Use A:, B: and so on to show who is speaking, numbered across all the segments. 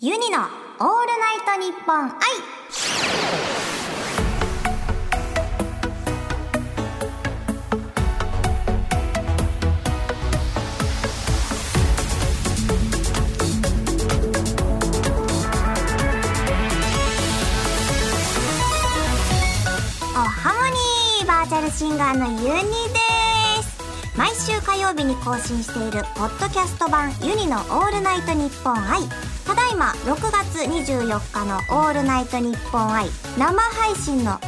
A: ユニのオールナイトニッポン愛おハモニーバーチャルシンガーのユニです毎週火曜日に更新しているポッドキャスト版ユニのオールナイトニッポン愛ただいま6月24日のオールナイトニッポン愛生配信の後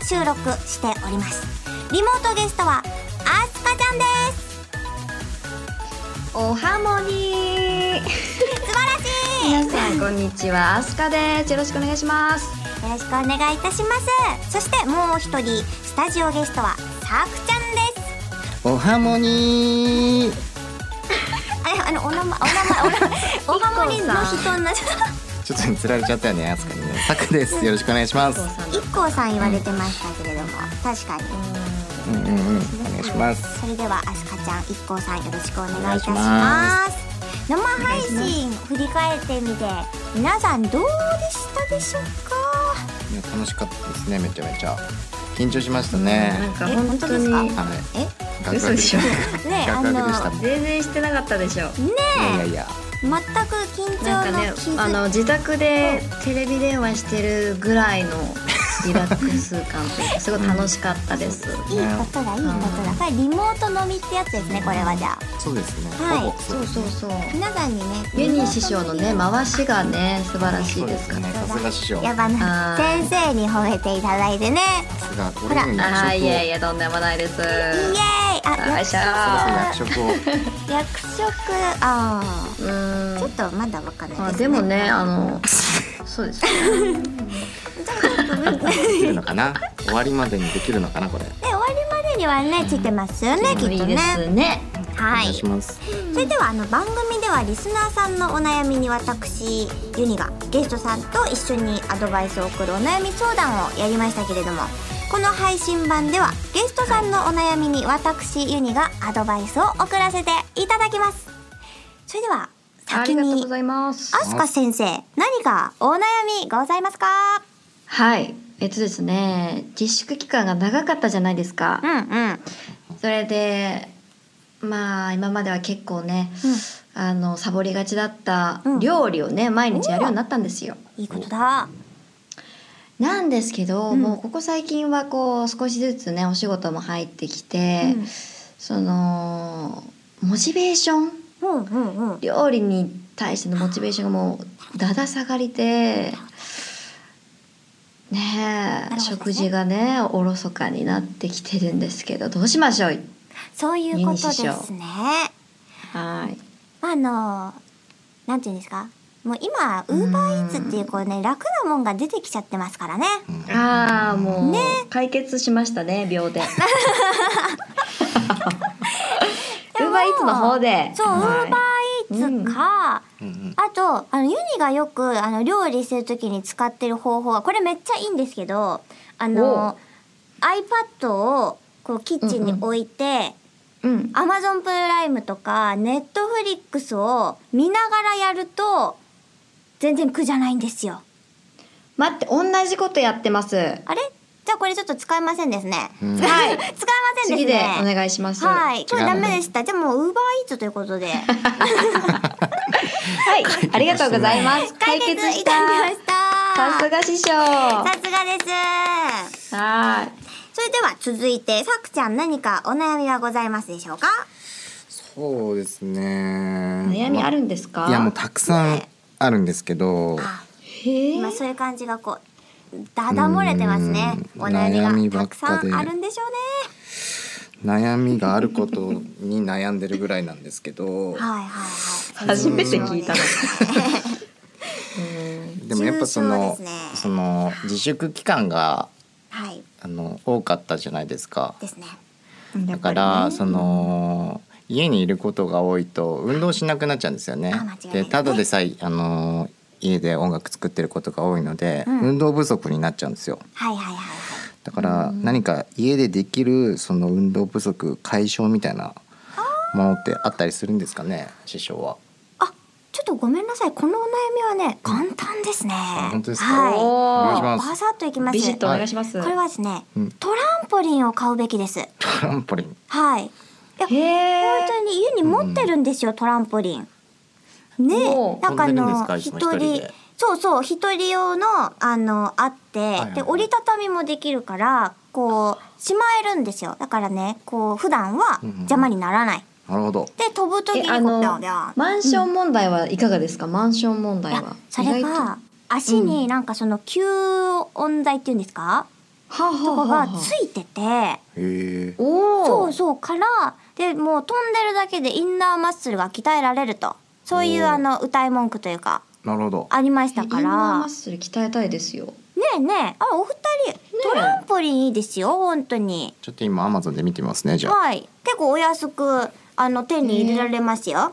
A: に収録しておりますリモートゲストはあすかちゃんです
B: おはもにー
A: 素晴らしい
B: 皆さんこんにちはあすかですよろしくお願いします
A: よろしくお願いいたしますそしてもう一人スタジオゲストはさくちゃんです
C: おはもに
A: ああのお名前お名前お名前お はもりの 人になっちゃった
C: ちょっと釣られちゃったよねあすかにねさくですよろしくお願いします
A: 一光さん言われてましたけれども、確かに
C: うんうんうんお願いします
A: それではあすかちゃん一光さんよろしくお願いいたし
C: お願
A: ます生配信振り返ってみて皆さんどうでしたでしょうか
C: いや楽しかったですねめちゃめちゃ緊張しましたね
B: なんか
A: え
B: 本当に
A: 本当です
C: はい
A: え
C: ガク
B: 嘘
C: ガク
B: で
C: で
B: し
C: し
B: ょ
C: た
A: ね
C: ガ
A: あ
C: ク
A: の
C: ガクでしたもんい
B: 全然してなかったでしょ
C: や
A: ね
C: いや
A: 全く緊
B: なん
A: 張
B: かね
A: の傷
B: あの自宅でテレビ電話してるぐらいのリラックス感というかすごい楽しかったです、
A: いいことだいいことだこれリモート飲みってやつですねこれはじゃあ
C: そうですね
A: はい
C: ほぼ
B: そうそうそう
A: 皆さんにね
B: ユニー師匠のね回しがね素晴らし
C: そ
B: いうで
C: ですす
B: から
C: ねさすが師匠
A: やばな
B: あ
A: 先
B: ー
A: 生に褒めていただいてね
C: さすが
A: ほら
C: 俺の
B: あーいやい
C: 役
B: やとんでもないです
A: イエーイあ
B: よいしょー
C: 職を役職を
A: 役職あ
B: うー
A: ー
B: ん
A: ちょっとまだわかんない
B: あ
A: です
B: でもねあのそう ですね
C: できるのかな終わりまでにできるのかなこれ
A: で終わりまでにはねついてますよね、きっ
B: い
A: と
B: い
A: ね
B: ですね
C: お
A: は
C: 願い
A: い
C: します
A: それではあの番組ではリスナーさんのお悩みに私ユニがゲストさんと一緒にアドバイスを送るお悩み相談をやりましたけれどもこの配信版ではゲストさんのお悩みに私ユニがアドバイスを送らせていただきますそれでは
B: あ
A: 先
B: りがとう
A: に
B: ございます
A: アスカ先生何かお悩みございますか
B: はいえっとですね自粛期間が長かったじゃないですか
A: うんうん
B: それでまあ今までは結構ね、あのサボりがちだった
A: うん
B: 料理をね毎日やるようになったんですよ
A: いいことだ
B: なんですけど、
A: うん
B: もうここ最近はこう少しずつねお仕事も入ってきて、
A: うん
B: そのモチベーション
A: うんうんうん
B: 料理に対してのモチベーションがもうだだ下がりでね
A: ほど
B: え
A: ね
B: 食事がねおろそかになってきてるんですけどどうしましょう
A: そういうことで
B: ユニ師
A: すね
B: はい
A: あのなんていうんですかもう今ウーバーイーツっていうこうね楽なもんが出てきちゃってますからね
C: うん
B: ああもう
A: ね
B: 解決しましたね 秒で。ウーバーイーツの方で。
A: そうウ
B: は
A: ー
B: い
A: バーイーツか、
C: うんうん
A: あとあのユニがよくあの料理するときに使ってる方法はこれめっちゃいいんですけどあの iPad をこうキッチンに置いて、
B: うん。
A: Amazon プライムとか Netflix を見ながらやると全然苦じゃないんですよ。
B: 待って同じことやってます。は
A: あれじゃあこれちょっと使えませんですね。
C: うん
A: 使え
B: い。
A: ませんで
B: 次
A: す
B: で
A: ね。
B: お願いします。
A: はい、これ
C: 違う
A: ダ
C: のね
A: メでした。じゃあもうウーバーイーツという ことで
B: はい。ありがとうございます。解決
A: い
B: したた。
A: だきました。
B: さすが師匠。
A: さ
B: は
A: すがです。
B: い。
A: それでは続いてさくちゃん何かお悩みはございますでしょうか？
C: そうですね
B: 悩みあるんですか。
C: いやもうたくさん
A: ね
C: あるんですけど、
A: あ、
B: へえ。
A: 今そういう感じがこうだだ漏れてますね。
C: うん
A: お悩
C: 悩
A: み
C: み
A: が
C: ば
A: た
C: っ
A: くさ
C: かで
A: んあるんでしょう
C: 悩みがあることに悩んでるぐらいなんですけど
A: ね。はいはい はい。
B: 初めて聞いたの。
C: でもやっぱそ
A: 重症で
C: の、
A: すね
C: その自粛期間が
A: はい
C: あの多かったじゃないですか。
A: ですね。
C: だから、その家にいることが多いと運動しなくなっちゃうんですよね
A: あ間違いない。ですね
C: でただでさえあの家で音楽作ってることが多いので、
A: うん
C: 運動不足になっちゃうんですよ。
A: はいはいはいはい。
C: だから何か家でできるその運動不足解消みたいなものってあったりするんですかね師匠は。
A: あ、ちょっとごめんなさいこのお悩みはね簡単ですね
C: 本当ですか
A: はい
C: お願いし
B: お
C: ま
A: バ
C: す
A: サッといきます
B: ビシッとお願いします。
A: これはですね、
C: うん
A: トランポリンを買うべきです
C: トランポリン
A: はいいや
B: へ
A: 本
B: え。
A: 当に家に持ってるんですよ、トランポリン。ね
B: お、う
A: なんかあ
C: 飛んでるんです
A: の
C: かいつ
A: 一
C: も一人で
A: 人、そうそう一人用のあのあって、
C: いはいはい
A: で折りたたみもできるからこうしまえるんですよ。だからね、こう普段は
C: うんうん
A: 邪魔にならない。
C: なるほど
A: で飛ぶ時に
B: え
A: こ
B: あ
A: うビャ
B: の
A: ンビャン。
B: マンション問題はいかがですか？マンション問題
A: いや
B: は。
A: それ
B: 意外と
A: が足になんかその吸音材っていうんですか、
B: はあ、
A: とか
B: はあ
A: が
B: はあ
A: ついてて。
C: へえ
B: おお。
A: そうそうからでもう飛んでるだけでインナーマッスルが鍛えられるとそういう
C: おー
A: あの歌い文句というか
C: なるほど
A: ありました
B: イン
A: か
B: ナーマ
A: ら
B: ッ
A: ね
B: スル鍛えたいですよ。
A: えねえあお二人、トランポリンいいですよ本当に
C: ちょっと今アマゾンで見てみますねじゃあ
A: はい結構お安くあの手に入れられますよ、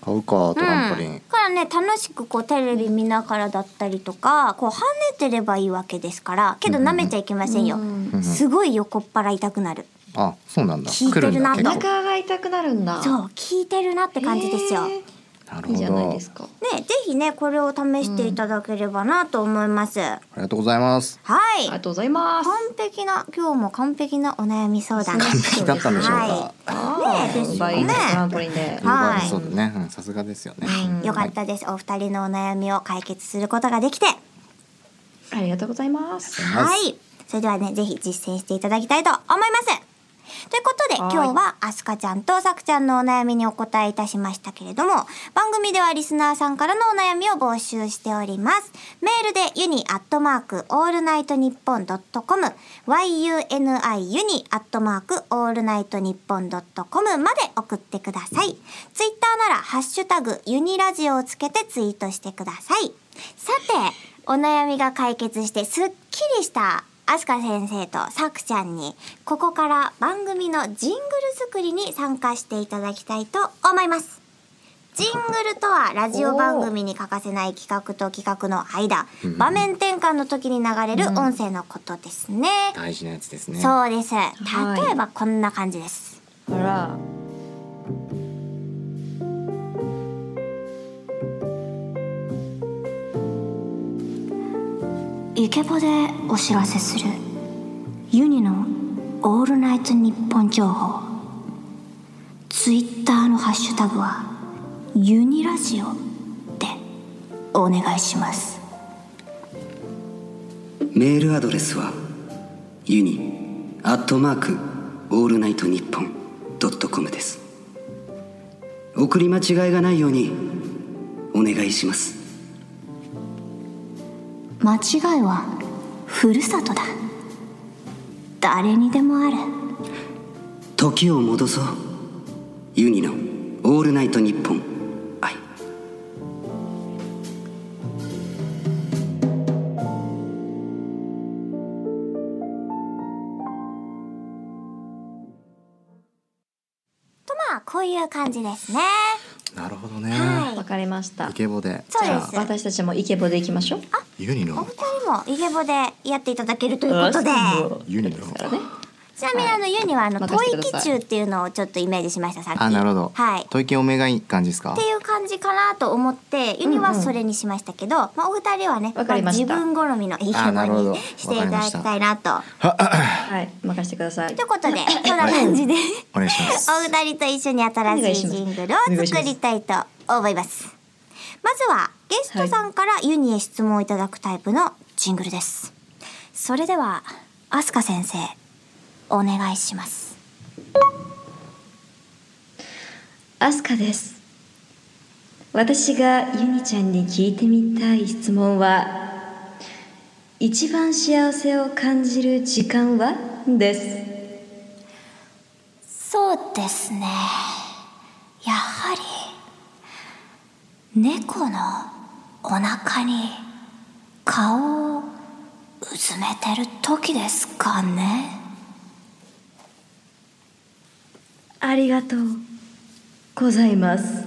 C: 買うかト
A: うん、
C: ランポリン、
A: からね楽しくこうテレビ見ながらだったりとかこう跳ねてればいいわけですからけど舐めちゃいけませんよ、
B: うん
C: うん
A: すごい横っ腹痛くなる
C: あそうなんだ
A: 聞いて
C: 来る
A: る
C: んだ
A: な
C: 結
B: お
C: 構
B: 腹が痛くなるんだ。
A: そう効いてるなって感じですよ、
B: へえ
C: なる
B: いい
C: ほ
B: じゃない
C: ど
B: ですか。
A: ね、ぜひね、これを試していただければなと思います。は
C: ありがとうございます
B: あり
A: い
B: が。とうございます。
A: 完璧な、今日も完璧なお悩み相談。
B: 完
C: 完璧だったんでしょうか、
A: は
B: あ
A: ね
B: あ、
A: えですよね
B: バイトトランポリンで。
A: はい
C: うんそうだねうんさすがですよね、
B: うん
A: よかったです。お二人のお悩みを解決することができて。
B: ありがとうございます。
C: はい
A: はい。それではね、ぜひ実践していただきたいと思います。ということで、
B: はい
A: 今日はアスカちゃんとさくちゃんのお悩みにお答えいたしましたけれども、番組ではリスナーさんからのお悩みを募集しております。メールでユニアットマークオールナイトニッポンドットコム、yuni ユニアットマークオールナイトニッポンドットコムまで送ってください。ツイッターならハッシュタグユニラジオをつけてツイートしてください。さて、お悩みが解決してすっきりしたアスカ先生とさくちゃんにここから番組のジングル作りに参加していただきたいと思いますジングルとはラジオ番組に欠かせない企画と企画の間
C: うん
A: 場面転換の時に流れる音声のことですね、
C: 大事なやつですね
A: そうです
B: い
A: 例えばこんな感じです、
B: ほら。
A: イケボでお知らせするユニの「オールナイトニッポン」情報ツイッターのハッシュタグは「ユニラジオ」でお願いします
D: メールアドレスはユニアットマークオールナイトニッポンドットコムです送り間違いがないようにお願いします
A: 間違いはふるさとだ誰にでもある
D: 時を戻そうユニのオールナイトニッポン愛
A: とまあこういう感じですね
C: なるほどね、
A: は
B: わ
A: い
B: かりました
C: イ。ケボで
A: そう
C: じ
A: で
C: ゃ
A: す
C: あ
B: 私たちもイケボで行きましょう。
C: ユニの
A: お二人もイケボでやっていただけるということで
C: ユニの
B: からね。
A: ちなみにあのユニはあの
B: 任
A: 吐
B: せてくだ
A: 息
B: さい
A: 中っていうのをちょっとイメージしましたさっき
C: あなるほど
A: はい
C: 吐息おめがいい感じですか
A: っていう感じかなと思ってユニはそれにしましたけど、まあ、お二人はね
B: わかりま
A: 自
B: した
A: 分好みのいい
C: あなるほ
A: も
C: ど
A: にしていただきたいなと。
B: はい、任せてください
A: とい。うことでこんな感じで
C: お願いします
A: お二人と一緒に
B: お
A: 新
B: 願い
A: し
B: し
A: い
B: ます
A: ジングルを作りたいと思います。まずはゲストさんからユニへ質問をいただくタイプのジングルです。それではアスカ先生お願いします。
B: アスカです。私がユニちゃんに聞いてみたい質問は、一番幸せを感じる時間はです。
A: そうですねやはり猫のお腹に顔をうずめてる時ですかね
B: ありがとうございます。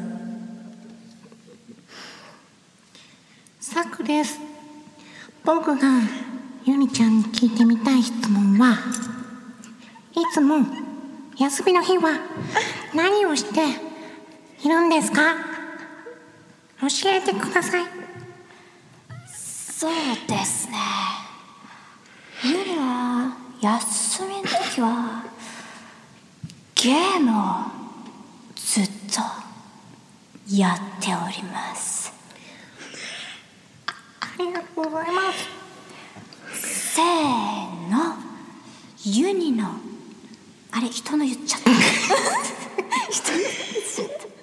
E: さくです。僕がゆみちゃんに聞いてみたい質問は、いつも休みの日は何をしているんですか教えてください
F: そうですねゆりは休みの時はゲームをずっとやっております
E: ありがとうございます
F: せーのユニのあれ人の言っちゃった人の言っちゃった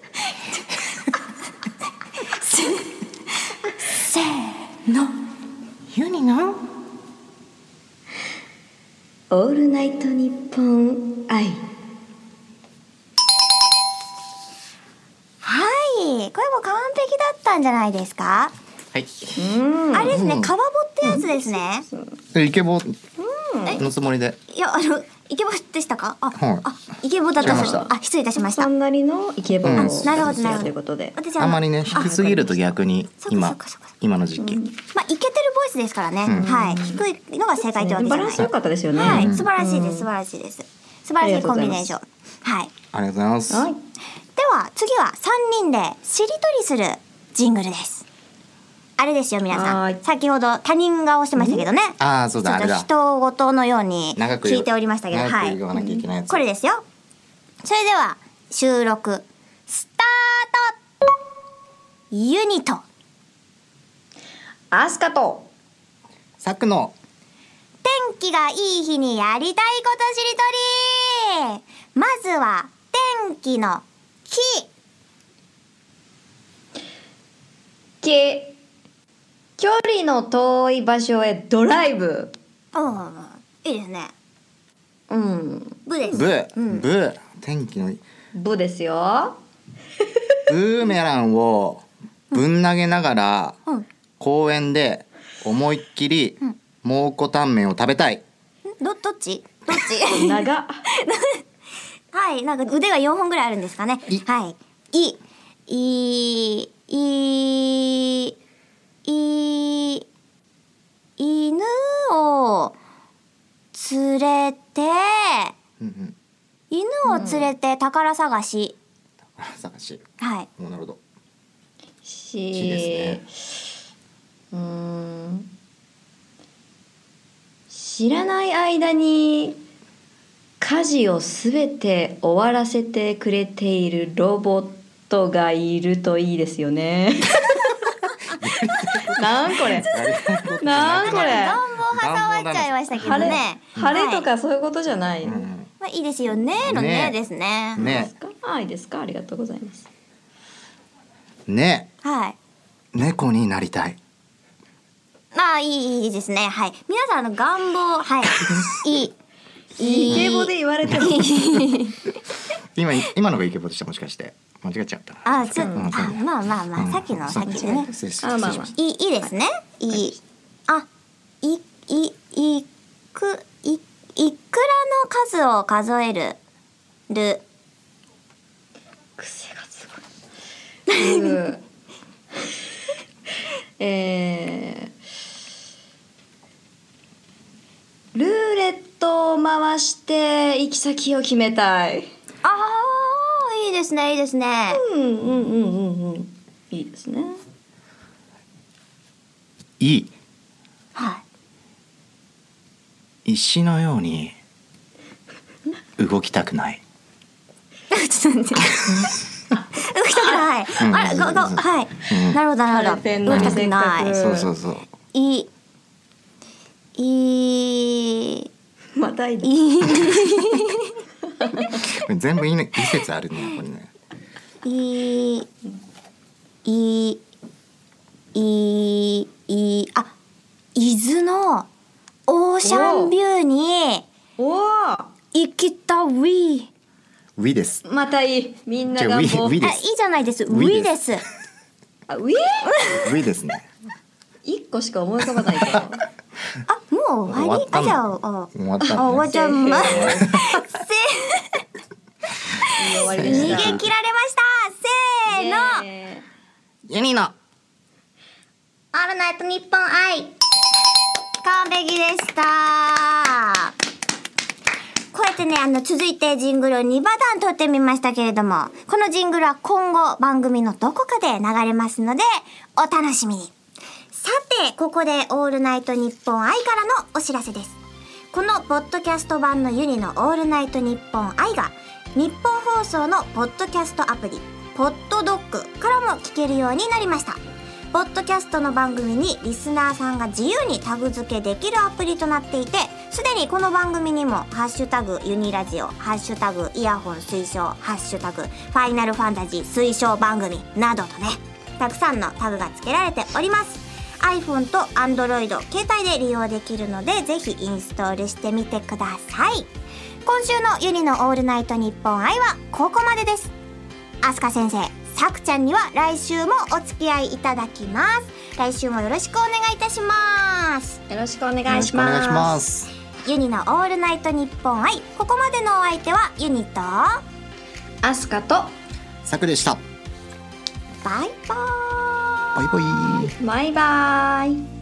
F: せせーの
E: ユニの
B: オールナイトニッポン愛
A: はいこれも完璧だったんじゃないですか
C: は
A: あ
C: い
A: れですねカバボってやつですね
C: えイケボのつもりで
A: いやあのイケボでしたかあ、
C: はい
A: あイケボだった
C: 違いました
A: あ失礼いたしました
B: さんなりのイケボを
C: うん
A: なるほどなるほど
B: ということで
A: 私
C: あ
A: の
C: んまりね低すぎると逆に
A: そっかそっかそ
C: 今
A: っか
C: 今の時期
A: まあイケてるボイスですからね、
C: ん
A: はい低いのが正解ってわけじ
B: バ
A: ゃない
B: ランス良かったですよね、
A: はい、
B: うん
A: 素晴らしいです素晴らしいです素晴らしいコンビネーションはい
C: ありがとうございます
B: はい
A: では次は3人でしりとりするジングルですあれですよ皆さ
B: は
A: ん
B: ーい
A: 先ほど他人顔してましたけどね
C: ああそうだあれ
A: ちょ
C: だ
A: っと人ごとのように
C: 長く言
A: 聞
C: う
A: いておりましたけど
C: 長
A: は
C: く言わなきゃいけないや
A: い
C: つ
A: これですよそれでは収録スタートユニと
B: アスカと
C: さくの
A: 天気がいい日にやりたいことしりとりまずは天気の木
B: け距離の遠い場所へドライブ
A: おーいいですね
B: うん
A: ブです
C: ブ
A: うん
C: ブ天気のいい
B: ブですよ
C: ブーメランをぶん投げながら
A: うん
C: 公園で思いっきり蒙古タンメンを食べたい
A: どどっち どっち
B: 長
A: はいなんか腕が4本ぐらいあるんですかね
C: い
A: はいいいいいい犬を連れて
C: うんうん
A: 犬を連れて宝探し、
C: 探し
A: はい
C: もうなるほど
B: し
C: いいで
B: うーん知らない間に家事をすべて終わらせてくれているロボットがいるといいですよね。なんこれなんこれ
A: 願望挟まっちゃいましたけど
B: 晴れ
A: ね。
B: 晴れと
A: はい、
B: かそういうことじゃない、
C: う
B: の
C: ん
A: まあいいですよねのね
C: ね
A: ですね。
C: うん
B: で
C: ね
B: すかあいいですかありがとうございます。
C: ね
A: はい。
C: 猫になりたい
A: まあいいいいですね。はい。皆さんあの願望はい。いい。いい
B: 敬語で言われても
C: 今今のがイケボでしたもしかして間違っちゃった
A: あちょっと、
C: うん
A: あまあまあまあ、
C: うん
A: さっきの
C: そう
A: さっきのね。
C: 失礼し
B: あまあまあ
C: 失礼し
A: いいいいですね。いい。あいいいくいいくらの数を数えるる。
B: 癖がすごい。うん えー、ルーレットを回して行き先を決めたい。
A: ああいいですねいいですね。
B: うんうんうんうんうん。いいですね。
C: いい
A: はい。
C: 石のように動きたくない
A: ちょっと待って。動きたくない。
C: うん
A: あら、
C: う
A: ご、
C: ん
A: ご、はい。
C: うん
A: なるほど、なるほ
B: 晴れてん
A: ど。
B: の
A: 動
B: に
A: きたくない
B: せっか。
C: そうそうそう
A: いい。いい。
B: またいい。
A: いい。
C: 全部いいね季節ある ねこれね
A: いい。いい。いい。いい。あ。伊豆の。オーシャンビューに。
B: おー
A: 行きたウィー。
C: ウィです
B: またいい。みんな
C: じゃあ
B: が
C: ウィウィ
A: あ、
C: で
A: いい
C: す
A: じゃないです。ウ
C: ウ
A: ィ
C: ィ
A: で。
C: です
B: あ、ウィー
C: ウィですね
B: 一個しか思い浮かばないけど。
A: あ、もう終わり。あ、
C: 終
A: じゃ
C: わ
A: あ、あ。
C: 終わっ
A: あ、
C: た
A: おば
C: ね
A: ちゃん、ま、せ、逃
B: いい終わり
A: げ
B: で
A: 切
B: し
A: られま
B: た。
A: した。せーの。
B: え
C: ユニの
A: オールナイトニッポン愛完璧でしたここうやってね、あの、続いてジングルを2パターン撮ってみましたけれども、このジングルは今後番組のどこかで流れますので、お楽しみに。さて、ここでオールナイトニッポン愛からのお知らせです。このポッドキャスト版のユニのオールナイトニッポン愛が、日本放送のポッドキャストアプリ、ポッドドッグからも聞けるようになりました。ポッドキャストの番組にリスナーさんが自由にタグ付けできるアプリとなっていて、すでにこの番組にも、ハッシュタグユニラジオ、ハッシュタグイヤホン推奨、ハッシュタグファイナルファンタジー推奨番組などとね、たくさんのタグが付けられております。iPhone と Android、携帯で利用できるので、ぜひインストールしてみてください。今週のユニのオールナイトニッポン愛はここまでです。アスカ先生さくちゃんには来週もお付き合いいただきます来週もよろしくお願いいたします
B: よろしくお願
C: よろ
B: い
C: し
B: し
C: くお願
B: ま
C: い
B: す
C: します。
A: ユニのオールナイトニッポン愛ここまでのお相手はユニとバ
B: アスカと
C: さくでした。
A: イバーイ
C: バイバイ。
B: バイバイ